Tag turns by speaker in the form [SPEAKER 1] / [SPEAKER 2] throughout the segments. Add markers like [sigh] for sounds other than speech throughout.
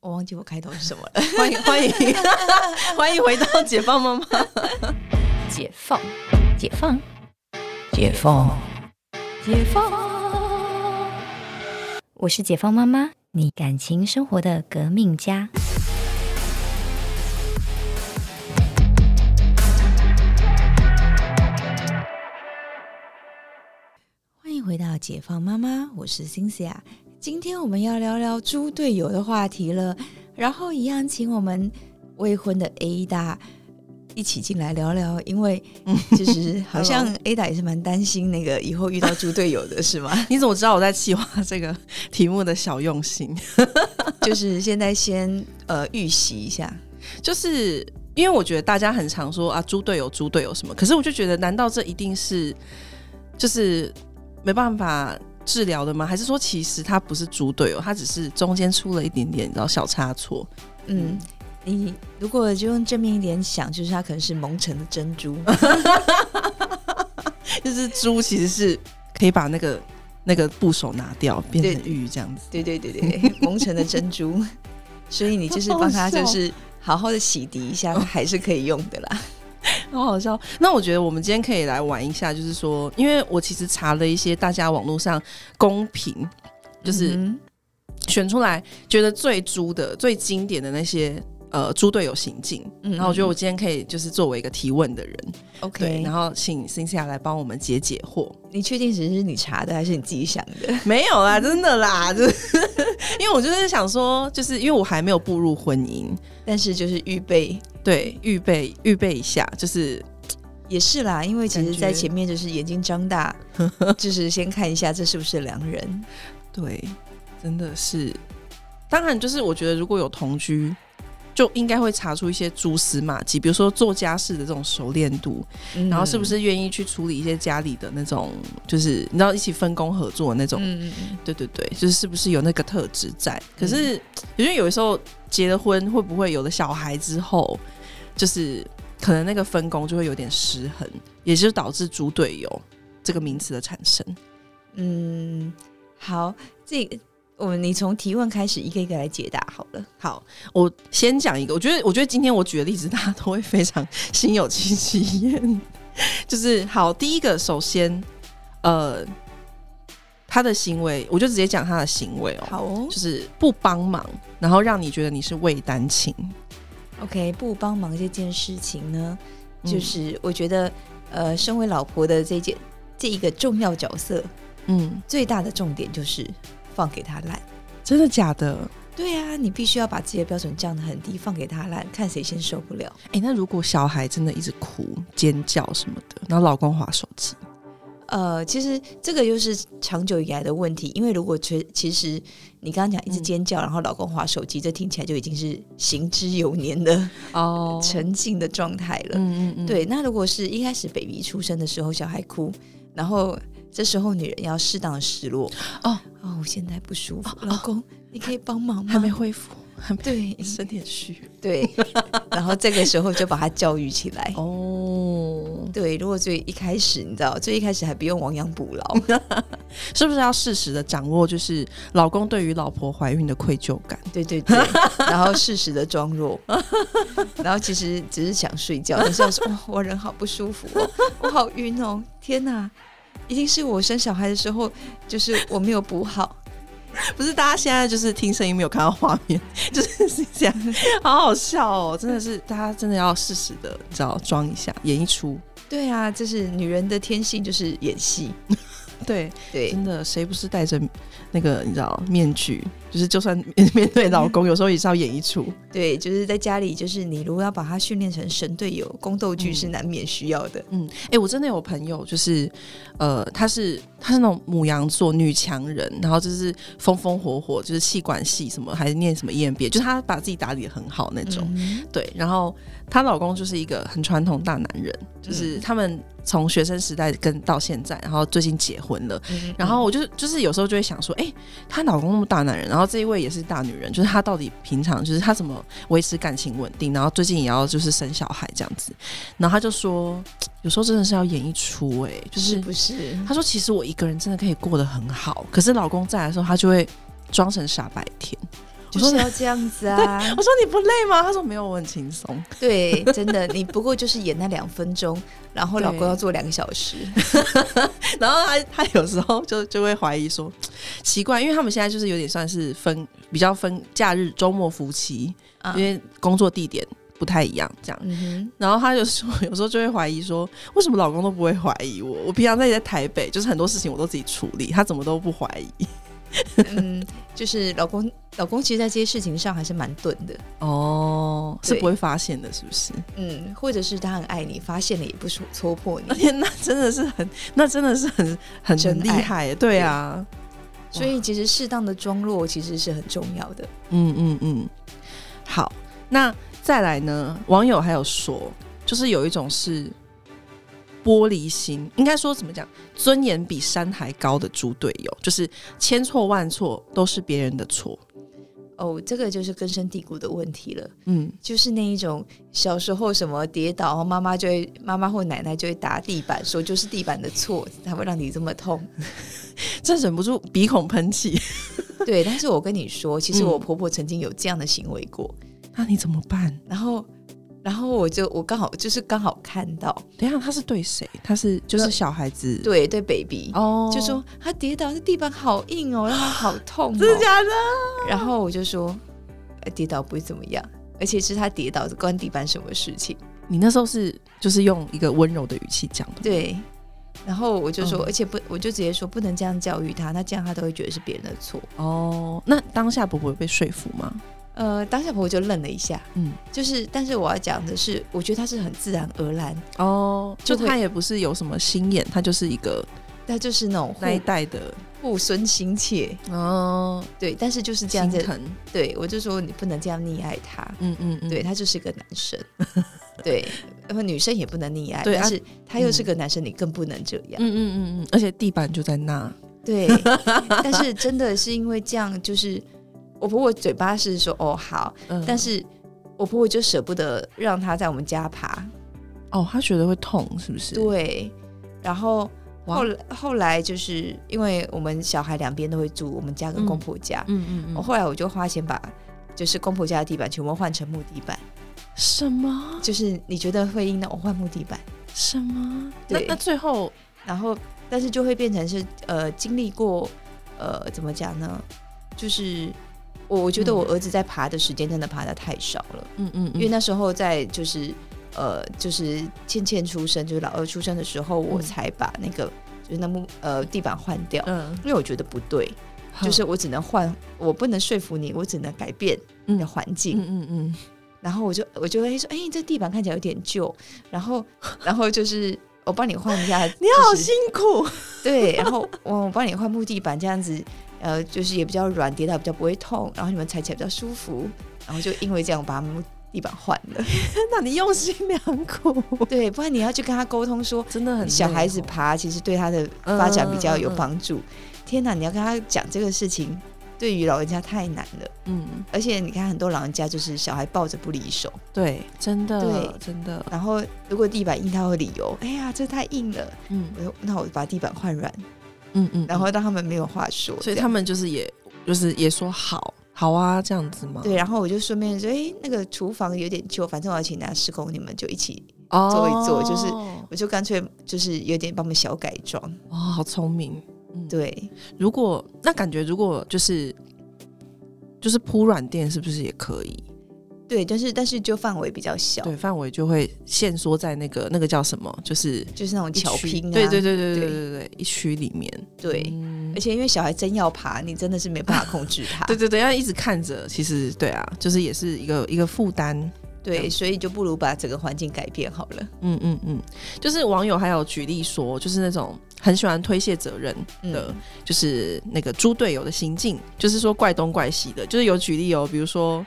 [SPEAKER 1] 我忘记我开头是什么了。 [laughs] 欢迎欢迎欢迎回到解放妈妈。
[SPEAKER 2] 解放，解放，解放，解放。我是解放妈妈，你感情生活的革命家。
[SPEAKER 1] 欢迎回到解放妈妈，我是辛西亚。今天我们要聊聊猪队友的话题了，然后一样请我们未婚的 A 大一起进来聊聊，因为其实好像 A 大也是蛮担心那个以后遇到猪队友的是吗？ [laughs]
[SPEAKER 3] 你怎么知道我在计划这个题目的小用心？
[SPEAKER 1] 就是现在先呃预习一下，
[SPEAKER 3] 就是因为我觉得大家很常说啊，猪队友，猪队友什么？可是我就觉得，难道这一定是就是没办法治疗的吗？还是说，其实他不是猪队友，他只是中间出了一点点，你知道小差错？ [laughs]
[SPEAKER 1] 嗯。你如果就用正面一点想，就是它可能是蒙尘的珍珠，
[SPEAKER 3] 就是猪其实是可以把那个那个部首拿掉，变成玉这样子。
[SPEAKER 1] 对对对对， [laughs] 蒙尘的珍
[SPEAKER 3] [laughs]
[SPEAKER 1] 珠，所以你就是帮它就是好好的洗涤一
[SPEAKER 3] 哦
[SPEAKER 1] 下，还是可以用的啦。
[SPEAKER 3] 好好笑。那我觉得我们今天可以来玩一下，就是说，因为我其实查了一些大家网络上公平，就是
[SPEAKER 1] 嗯
[SPEAKER 3] 选出来觉得最猪的、最经典的那些呃猪队友行径。
[SPEAKER 1] 嗯
[SPEAKER 3] 然后我觉得我今天可以就是作为一个提问的人，对，
[SPEAKER 1] OK，
[SPEAKER 3] 然后请辛西亚来帮我们解解惑。 [laughs]
[SPEAKER 1] 你确定只是你查的，还是你自己想的？
[SPEAKER 3] 没有啦，真的啦，就是 [laughs] 因为我就是想说，就是因为我还没有步入婚姻，
[SPEAKER 1] 但是就是预备
[SPEAKER 3] 对，预备预备一下，就是
[SPEAKER 1] 也是啦，因为其实
[SPEAKER 3] 感觉
[SPEAKER 1] 在前面就是眼睛张
[SPEAKER 3] [laughs]
[SPEAKER 1] 大，就是先看一下这是不是良人。
[SPEAKER 3] 对，真的是，当然就是我觉得如果有同居。就应该会查出一些蛛丝马迹，比如说做家事的这种熟练度，
[SPEAKER 1] 嗯
[SPEAKER 3] 然后是不？是愿意去处理一些家里的那种，就是你知道一起分工合作那种，
[SPEAKER 1] 嗯嗯嗯，
[SPEAKER 3] 对对对，就是是不是有那个特质在？可是因为有的时候结了婚，会不会有了小孩之后，就是可能那个分工就会有点失衡，也就导致猪队友这个名词的产生。
[SPEAKER 1] 嗯，好，这个我们你从提问开始，一个一个来解答好了。
[SPEAKER 3] 好，我先讲一个，我觉得，我觉得今天我举的例子，大家都会非常心有戚戚焉。 [laughs] 就是好，第一个，首先，呃，他的行为，我就直接讲他的行为哦，
[SPEAKER 1] 好哦
[SPEAKER 3] 就是不帮忙，然后让你觉得你是未单亲，
[SPEAKER 1] ，OK，不帮忙这件事情呢，
[SPEAKER 3] 嗯
[SPEAKER 1] 就是我觉得，呃，身为老婆的这件这一个重要角色，
[SPEAKER 3] 嗯，
[SPEAKER 1] 最大的重点就是放给他烂。
[SPEAKER 3] 真的假的？
[SPEAKER 1] 对啊，你必须要把自己的标准降得很低，放给他烂，看谁先受不了。
[SPEAKER 3] 哎、那如果小孩真的一直哭、尖叫什么的，然后老公划手机，
[SPEAKER 1] 呃，其实这个又是长久以来的问题，因为如果确其实你刚刚讲一直
[SPEAKER 3] 嗯
[SPEAKER 1] 尖叫，然后老公划手机，这听起来就已经是行之有年的
[SPEAKER 3] 哦
[SPEAKER 1] 沉浸的状态了。
[SPEAKER 3] 嗯嗯嗯，
[SPEAKER 1] 对，那如果是一开始 baby 出生的时候，小孩哭，然后这时候女人要适当的失落。
[SPEAKER 3] 哦
[SPEAKER 1] 哦，我现在不舒服，老公，你可以帮忙吗？
[SPEAKER 3] 还没恢复，还没
[SPEAKER 1] 对
[SPEAKER 3] 生点虚
[SPEAKER 1] 对， [laughs] 然后这个时候就把他教育起来。
[SPEAKER 3] 哦。
[SPEAKER 1] 对，如果最一开始你知道，最一开始还不用亡羊补
[SPEAKER 3] [laughs]
[SPEAKER 1] 牢，
[SPEAKER 3] 是不是要适时的掌握，就是老公对于老婆怀孕的愧疚感？ [laughs]
[SPEAKER 1] 对对对，然后适时的装弱， [laughs] 然后其实只是想睡觉，但是要说哇，我人好不舒服哦，我好晕哦，天哪，一定是我生小孩的时候，就是我没有补好，
[SPEAKER 3] 不是，大家现在就是听声音没有看到画面， [laughs] 就是是这样，好好笑哦！真的是，大家真的要适时的，你知道装一下，演一出。
[SPEAKER 1] 对啊，这是女人的天性，就是演戏。
[SPEAKER 3] 对，
[SPEAKER 1] 对，
[SPEAKER 3] 真的，谁不是戴着那个你知道面具？就是就算 [laughs] 面对老公，有时候也是要演一出。
[SPEAKER 1] 对，就是在家里，就是你如果要把她训练成神队友，宫斗剧是难免需要的。
[SPEAKER 3] 嗯，哎、我真的有朋友，就是呃，她是她是那种母羊座女强人，然后就是风风火火，就是气管系什么，还是念什么 EMBA，就是她把自己打理的很好那
[SPEAKER 1] 那
[SPEAKER 3] 种。
[SPEAKER 1] 种
[SPEAKER 3] 对，然后她老公就是一个很传统大男人，就是
[SPEAKER 1] 嗯
[SPEAKER 3] 他们从学生时代跟到现在，然后最近结婚了。然后我就就是有时候就会想说，哎、她老公那么大男人，然后这一位也是大女人，就是她到底平常就是她怎么维持感情稳定，然后最近也要就是生小孩这样子，然后她就说，有时候真的是要演一出、哎，就是是
[SPEAKER 1] 不是？
[SPEAKER 3] 她说其实我一个人真的可以过得很好，可是老公在的时候，她就会装成傻白甜。
[SPEAKER 1] 就
[SPEAKER 3] 我
[SPEAKER 1] 是
[SPEAKER 3] 说
[SPEAKER 1] 要这样子 [laughs] 啊。
[SPEAKER 3] 我说你不累吗？他说没有，我很轻松。
[SPEAKER 1] 对，真的，你不过就是演那两分钟，然后老公
[SPEAKER 3] 对
[SPEAKER 1] 要做两个小时。
[SPEAKER 3] [laughs] 然后他他有时候就就会怀疑说，奇怪，因为他们现在就是有点算是分比较分假日周末夫妻，
[SPEAKER 1] 啊
[SPEAKER 3] 因为工作地点不太一样这样。
[SPEAKER 1] 嗯
[SPEAKER 3] 然后他就说，有时候就 [laughs] 会怀疑说，为什么老公都不会怀疑我？我平常在在台北，就是很多事情我都自己处理，他怎么都不怀疑？
[SPEAKER 1] 哼，嗯，就是老公，老公其实在这些事情上还是蛮钝的。
[SPEAKER 3] 哦， [laughs] 是
[SPEAKER 1] 对
[SPEAKER 3] 不会发现的，是不是？ [laughs]
[SPEAKER 1] 嗯，或者是他很爱你，发现了也不戳戳破
[SPEAKER 3] 而
[SPEAKER 1] 你，
[SPEAKER 3] 且那真的是很，那真的是很很
[SPEAKER 1] 真
[SPEAKER 3] 很厉
[SPEAKER 1] 爱
[SPEAKER 3] 害耶，对啊，
[SPEAKER 1] 所以其实适当的装弱其实是很重要的。
[SPEAKER 3] 嗯嗯嗯。好，那再来呢？网友还有说，就是有一种是玻璃心，应该说怎么讲，尊严比山还高的猪队友，就是千错万错都是别人的错。
[SPEAKER 1] 哦，这个就是根深蒂固的问题了，
[SPEAKER 3] 嗯，
[SPEAKER 1] 就是那一种小时候什么跌倒，然后妈妈就会妈妈或奶奶就会打地板，说就是地板的错才会让你这么痛。 [laughs]
[SPEAKER 3] 这忍不住鼻孔喷气。 [laughs]
[SPEAKER 1] 对，但是我跟你说，其实我
[SPEAKER 3] 嗯
[SPEAKER 1] 婆婆曾经有这样的行为过，
[SPEAKER 3] 那你怎么办？
[SPEAKER 1] 然后，然后我就我刚好就是刚好看到，
[SPEAKER 3] 等一下他是对谁？他是就是小孩子
[SPEAKER 1] 对对，baby，、
[SPEAKER 3] 哦，
[SPEAKER 1] 就说她跌倒，这地板好硬哦，让她好痛、哦，
[SPEAKER 3] 真的假的？
[SPEAKER 1] 然后我就说，呃跌倒不会怎么样，而且是她跌倒，关地板什么事情？
[SPEAKER 3] 你那时候是就是用一个温柔的语气讲的吗，
[SPEAKER 1] 对。然后我就说，
[SPEAKER 3] 嗯
[SPEAKER 1] 而且不，我就直接说不能这样教育她，那这样她都会觉得是别人的错。
[SPEAKER 3] 哦，那当下婆婆有被说服吗？
[SPEAKER 1] 呃，当下婆婆就愣了一下，
[SPEAKER 3] 嗯，
[SPEAKER 1] 就是，但是我要讲的是，我觉得她是很自然而然，
[SPEAKER 3] 哦，就
[SPEAKER 1] 就会
[SPEAKER 3] 他也不是有什么心眼，他就是一个
[SPEAKER 1] 她就是那种
[SPEAKER 3] 那一
[SPEAKER 1] 互
[SPEAKER 3] 代的
[SPEAKER 1] 互生心切，
[SPEAKER 3] 哦，
[SPEAKER 1] 对，但是就是这样
[SPEAKER 3] 心
[SPEAKER 1] 子，
[SPEAKER 3] 疼，
[SPEAKER 1] 对我就说你不能这样溺爱他，
[SPEAKER 3] 嗯嗯嗯，
[SPEAKER 1] 对他就是个男
[SPEAKER 3] [laughs]
[SPEAKER 1] 生，对，然后女生也不能溺爱，
[SPEAKER 3] 对
[SPEAKER 1] 但
[SPEAKER 3] 啊
[SPEAKER 1] 是他又是个男生，你更不能这样，
[SPEAKER 3] 嗯嗯嗯嗯，而且地板就在那，
[SPEAKER 1] 对。但是真的是因为这样，就是我婆婆嘴巴是说哦好，
[SPEAKER 3] 嗯
[SPEAKER 1] 但是我婆婆就舍不得让他在我们家爬，
[SPEAKER 3] 哦，他觉得会痛，是不是？
[SPEAKER 1] 对，然后。
[SPEAKER 3] 哇
[SPEAKER 1] 后来后来就是因为我们小孩两边都会住，我们家跟公婆家。
[SPEAKER 3] 嗯嗯
[SPEAKER 1] 我、后来我就花钱把就是公婆家的地板全部换成木地板，
[SPEAKER 3] 什么
[SPEAKER 1] 就是你觉得会硬的，我换木地板。
[SPEAKER 3] 什么？那
[SPEAKER 1] 对
[SPEAKER 3] 那最后
[SPEAKER 1] 然后但是就会变成是呃经历过呃怎么讲呢？就是我我觉得
[SPEAKER 3] 嗯
[SPEAKER 1] 我儿子在爬的时间真的爬的太少了，
[SPEAKER 3] 嗯嗯
[SPEAKER 1] 因为那时候在就是呃就是倩倩出生就是老二出生的时候，我
[SPEAKER 3] 嗯
[SPEAKER 1] 才把那个就是那木呃地板换掉。
[SPEAKER 3] 嗯，
[SPEAKER 1] 因为我觉得不对，就是我只能换，我不能说服你，我只能改变你的环境。
[SPEAKER 3] 嗯嗯嗯，
[SPEAKER 1] 然后我就我就会说，哎、这地板看起来有点旧，然
[SPEAKER 3] [laughs]
[SPEAKER 1] 后然后就是我帮你换一下，
[SPEAKER 3] 你好辛苦， [laughs] 啊
[SPEAKER 1] 对，然后我我帮你换木地板，这样子，呃，就是也比较软，跌倒比较不会痛，然后你们踩起来比较舒服，然后就因为这样我把木地板换了。
[SPEAKER 3] 那你用心良苦，
[SPEAKER 1] 对，不然你要去跟他沟通说，
[SPEAKER 3] 真的很嗯
[SPEAKER 1] 小
[SPEAKER 3] 累
[SPEAKER 1] 孩子
[SPEAKER 3] 哦
[SPEAKER 1] 爬其实对他的发展比较有帮助。天哪，你要跟他讲这个事情，对于老人家太难了。
[SPEAKER 3] 嗯，
[SPEAKER 1] 而且你看，很多老人家就是小孩抱着不离手，
[SPEAKER 3] 对，真的，
[SPEAKER 1] 对
[SPEAKER 3] 真的，
[SPEAKER 1] 然后如果地板硬，他会理由，哎呀，这太硬了，
[SPEAKER 3] 嗯
[SPEAKER 1] 我说那我把地板换软，
[SPEAKER 3] 嗯嗯，
[SPEAKER 1] 然后让他们没有话说。
[SPEAKER 3] 所以
[SPEAKER 1] 这样
[SPEAKER 3] 他们就是也就是也说好好啊这样子吗？
[SPEAKER 1] 对，然后我就顺便说，哎、那个厨房有点旧，反正我要请人家施工，你们就一起，
[SPEAKER 3] 哦，
[SPEAKER 1] 做一做就是我就干脆就是有点帮我们小改装。
[SPEAKER 3] 哇，好聪明。嗯，，
[SPEAKER 1] 对，
[SPEAKER 3] 如果那感觉如果就是就是铺软垫是不是也可以？
[SPEAKER 1] 对，但是但是就范围比较小，
[SPEAKER 3] 对，范围就会限缩在那个那个叫什么，就是
[SPEAKER 1] 就是那种
[SPEAKER 3] 一
[SPEAKER 1] 巧
[SPEAKER 3] 区
[SPEAKER 1] 拼啊，
[SPEAKER 3] 对对对对对
[SPEAKER 1] 对
[SPEAKER 3] 对对，一区里面。
[SPEAKER 1] 对
[SPEAKER 3] 嗯
[SPEAKER 1] 而且因为小孩真要爬，你真的是没办法控制他，
[SPEAKER 3] [laughs] 对对对，要一直看着，其实对啊，就是也是一个一个负担。
[SPEAKER 1] 对，所以就不如把整个环境改变好了。
[SPEAKER 3] 嗯嗯嗯，就是网友还有举例说，就是那种很喜欢推卸责任的，
[SPEAKER 1] 嗯，
[SPEAKER 3] 就是那个猪队友的行径，就是说怪东怪西的，就是有举例哦，比如说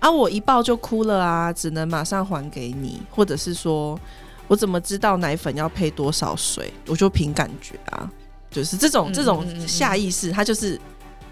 [SPEAKER 3] 啊，我一抱就哭了啊，只能马上还给你，或者是说我怎么知道奶粉要配多少水，我就凭感觉啊，就是这种
[SPEAKER 1] 嗯
[SPEAKER 3] 这种
[SPEAKER 1] 嗯嗯嗯
[SPEAKER 3] 下意识，他就是。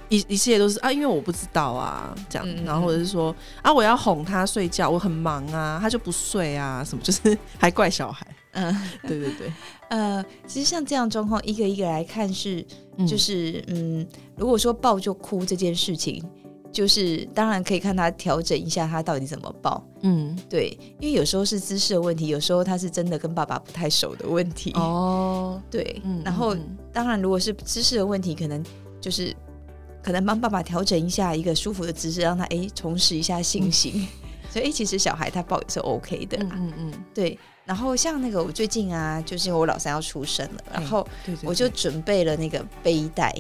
[SPEAKER 3] 一一切都是啊，因为我不知道啊，这样，
[SPEAKER 1] 嗯嗯
[SPEAKER 3] 然后或者是说啊，我要哄他睡觉，我很忙啊，他就不睡啊，什么 [laughs] 就是还怪小孩，
[SPEAKER 1] 嗯
[SPEAKER 3] 对对对，
[SPEAKER 1] 呃，其实像这样的状况，一个一个来看是，
[SPEAKER 3] 嗯
[SPEAKER 1] 就是嗯，如果说抱就哭这件事情，就是当然可以看他调整一下，他到底怎么报。
[SPEAKER 3] 嗯，
[SPEAKER 1] 对，因为有时候是姿势的问题，有时候他是真的跟爸爸不太熟的问题。
[SPEAKER 3] 哦，
[SPEAKER 1] 对，
[SPEAKER 3] 嗯，
[SPEAKER 1] 然后
[SPEAKER 3] 嗯
[SPEAKER 1] 当然如果是姿势的问题，可能就是可能帮爸爸调整一下一个舒服的姿势，让他诶重拾一下信心。 [laughs] 所以诶其实小孩他抱也是 OK 的啦。
[SPEAKER 3] 嗯嗯嗯，
[SPEAKER 1] 对，然后像那个我最近啊，就是我老三要出生了，然
[SPEAKER 3] 哎
[SPEAKER 1] 后
[SPEAKER 3] 对对对，
[SPEAKER 1] 我就准备了那个背带，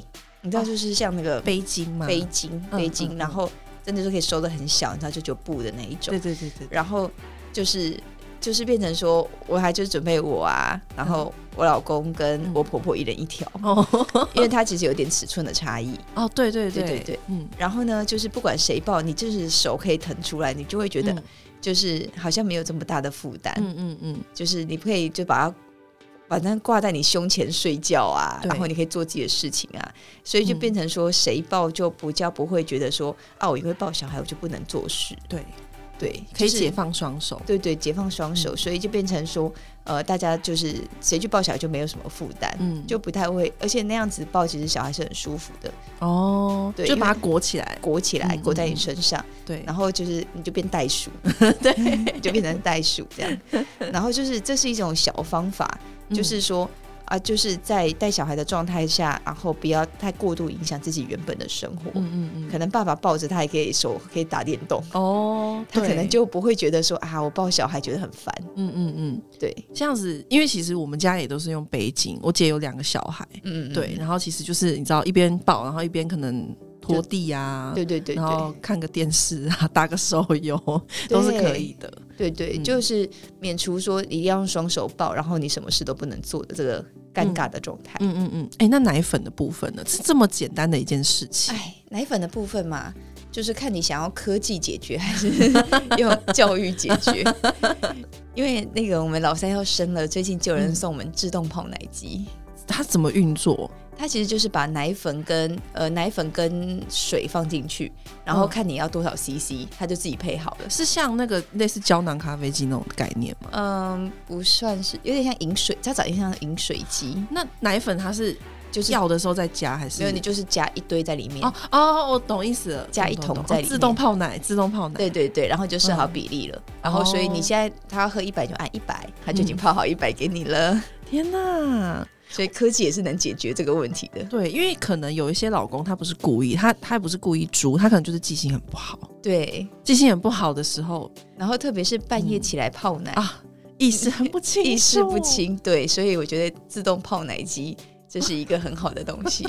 [SPEAKER 1] 你知道，
[SPEAKER 3] 哦
[SPEAKER 1] 就是像那个背
[SPEAKER 3] 背巾嘛，
[SPEAKER 1] 背巾，
[SPEAKER 3] 嗯
[SPEAKER 1] 背
[SPEAKER 3] 嗯
[SPEAKER 1] 巾，
[SPEAKER 3] 嗯
[SPEAKER 1] 然后真的就可以收的很小，你知道，就就布的那一种
[SPEAKER 3] 对，。对对对对，
[SPEAKER 1] 然后就是就是变成说，我还就准备我啊，然后我老公跟
[SPEAKER 3] 嗯
[SPEAKER 1] 我婆婆一人一条，
[SPEAKER 3] 哦
[SPEAKER 1] 因为它其实有点尺寸的差异。
[SPEAKER 3] 哦，对 [laughs] 对
[SPEAKER 1] 对对
[SPEAKER 3] 对
[SPEAKER 1] 对，
[SPEAKER 3] 嗯，
[SPEAKER 1] 然后呢，就是不管谁抱，你就是手可以腾出来，你就会觉得就是好像没有这么大的负担。
[SPEAKER 3] 嗯嗯嗯
[SPEAKER 1] 就是你可以就把它反正挂在你胸前睡觉啊，
[SPEAKER 3] 对
[SPEAKER 1] 然后你可以做自己的事情啊，所以就
[SPEAKER 3] 嗯
[SPEAKER 1] 变成说谁抱就不叫不会觉得说啊，我因为抱小孩我就不能做事，
[SPEAKER 3] 嗯，对，
[SPEAKER 1] 对，
[SPEAKER 3] 可
[SPEAKER 1] 就
[SPEAKER 3] 以
[SPEAKER 1] 是
[SPEAKER 3] 解，放嗯双手，
[SPEAKER 1] 对对，解放双手，所以就变成说呃，大家就是谁去抱小孩就没有什么负担。
[SPEAKER 3] 嗯，
[SPEAKER 1] 就不太会，而且那样子抱其实小孩是很舒服的，
[SPEAKER 3] 哦，
[SPEAKER 1] 对
[SPEAKER 3] 就
[SPEAKER 1] 因
[SPEAKER 3] 把
[SPEAKER 1] 为
[SPEAKER 3] 它裹起来，
[SPEAKER 1] 裹起来
[SPEAKER 3] 嗯嗯
[SPEAKER 1] 裹在你
[SPEAKER 3] 嗯
[SPEAKER 1] 身上，
[SPEAKER 3] 对，
[SPEAKER 1] 然
[SPEAKER 3] 后
[SPEAKER 1] 后就是你就变袋鼠， [laughs]
[SPEAKER 3] 对， [laughs]
[SPEAKER 1] 你就变成袋鼠这样。然后就是这是一种小方法，
[SPEAKER 3] 嗯
[SPEAKER 1] 就是说啊，就是在带小孩的状态下，然后不要太过度影响自己原本的生活。
[SPEAKER 3] 嗯嗯嗯，
[SPEAKER 1] 可能爸爸抱着他还可以手可以打电动，
[SPEAKER 3] 哦，
[SPEAKER 1] 他可
[SPEAKER 3] 对
[SPEAKER 1] 能就不会觉得说啊，我抱小孩觉得很烦。
[SPEAKER 3] 嗯嗯嗯，
[SPEAKER 1] 对，
[SPEAKER 3] 这样子，因为其实我们家也都是用背巾，我姐有两个小孩，
[SPEAKER 1] 嗯，
[SPEAKER 3] 对，然后其实就是你知道一边抱，然后一边可能拖地啊，
[SPEAKER 1] 对对对
[SPEAKER 3] 然
[SPEAKER 1] 对
[SPEAKER 3] 后看个电视啊，打个手游都是可以的，
[SPEAKER 1] 对对，
[SPEAKER 3] 嗯
[SPEAKER 1] 就是免除说一定要用双手抱，然后你什么事都不能做的这个尴尬的状态。
[SPEAKER 3] 嗯嗯嗯，哎、那奶粉的部分呢？是这么简单的一件事情，
[SPEAKER 1] 哎，奶粉的部分嘛，就是看你想要科技解决 [laughs] 还是用教育解 [laughs] 决。因为那个我们老三要生了，最近就有人送我们自动泡奶机，
[SPEAKER 3] 它怎么运作？
[SPEAKER 1] 它其实就是把奶粉跟呃奶粉跟水放进去，然后
[SPEAKER 3] 嗯
[SPEAKER 1] 看你要多少 CC，它就自己配好了。
[SPEAKER 3] 是像那个类似胶囊咖啡机那种概念吗？
[SPEAKER 1] 嗯，不算是有点像饮水，它长得像饮水机，
[SPEAKER 3] 那奶粉它是
[SPEAKER 1] 就是
[SPEAKER 3] 要的时候再加还是？
[SPEAKER 1] 没有你就是加一堆在里面。
[SPEAKER 3] 哦哦，我懂意思了，
[SPEAKER 1] 加一
[SPEAKER 3] 懂
[SPEAKER 1] 桶
[SPEAKER 3] 懂懂
[SPEAKER 1] 在
[SPEAKER 3] 哦
[SPEAKER 1] 里面
[SPEAKER 3] 自动泡奶，自动泡奶。哦
[SPEAKER 1] 对对对，然后就设好比例了，然后所以你现在他要喝一百就按一百，他就已经
[SPEAKER 3] 嗯
[SPEAKER 1] 泡好一百给你了。
[SPEAKER 3] 天哪！
[SPEAKER 1] 所以科技也是能解决这个问题的。
[SPEAKER 3] 对，因为可能有一些老公他不是故意，他他不是故意猪，他可能就是记性很不好。
[SPEAKER 1] 对，
[SPEAKER 3] 记性很不好的时候
[SPEAKER 1] 然后特别是半夜起来泡奶，
[SPEAKER 3] 啊，意识很不清，
[SPEAKER 1] 哎 [laughs] 意识不。清。嗯哦对，所以我觉得自动泡奶机这是一个很好的东西。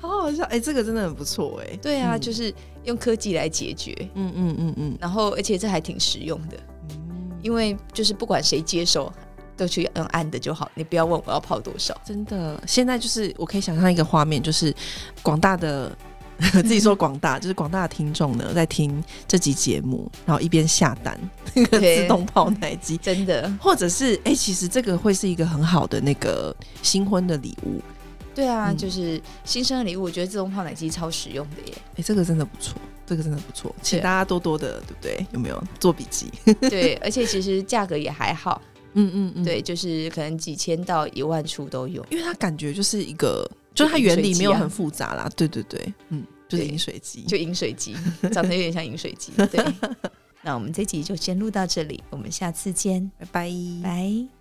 [SPEAKER 3] 好好笑，哎、这个真的很不错、哎。
[SPEAKER 1] [laughs] 对啊，
[SPEAKER 3] 嗯
[SPEAKER 1] 就是用科技来解决，
[SPEAKER 3] 嗯嗯嗯嗯
[SPEAKER 1] 然后而且这还挺实用的，
[SPEAKER 3] 嗯，
[SPEAKER 1] 因为就是不管谁接手。都去用按的就好，你不要问我要泡多少。
[SPEAKER 3] 真的，现在就是我可以想象一个画面，就是广大的。 [laughs] 自己说广
[SPEAKER 1] [laughs]
[SPEAKER 3] 大，就是广大的听众呢，在听这集节目，然后一边下单那个
[SPEAKER 1] 对
[SPEAKER 3] [laughs] 自动泡奶机，
[SPEAKER 1] 真的，
[SPEAKER 3] 或者是哎、其实这个会是一个很好的那个新婚的礼物，
[SPEAKER 1] 对啊，
[SPEAKER 3] 嗯
[SPEAKER 1] 就是新生的礼物，我觉得自动泡奶机超实用的耶。
[SPEAKER 3] 哎、这个真的不错，这个真的不错，请
[SPEAKER 1] 对啊
[SPEAKER 3] 大家多多的，对不对？有没有做笔记？
[SPEAKER 1] [laughs] 对，而且其实价格也还好，
[SPEAKER 3] 嗯嗯嗯，
[SPEAKER 1] 对，，就是可能几千到一万出都有。
[SPEAKER 3] 因为它感觉就是一个，就是它原理没有
[SPEAKER 1] 饮水机啊
[SPEAKER 3] 很复杂啦，对对对，嗯，就是
[SPEAKER 1] 对
[SPEAKER 3] 饮水机，
[SPEAKER 1] 就饮水机，长得有点像饮水机。对，那我们这集就先录到这里，我们下次见，
[SPEAKER 3] 拜拜，
[SPEAKER 1] 拜。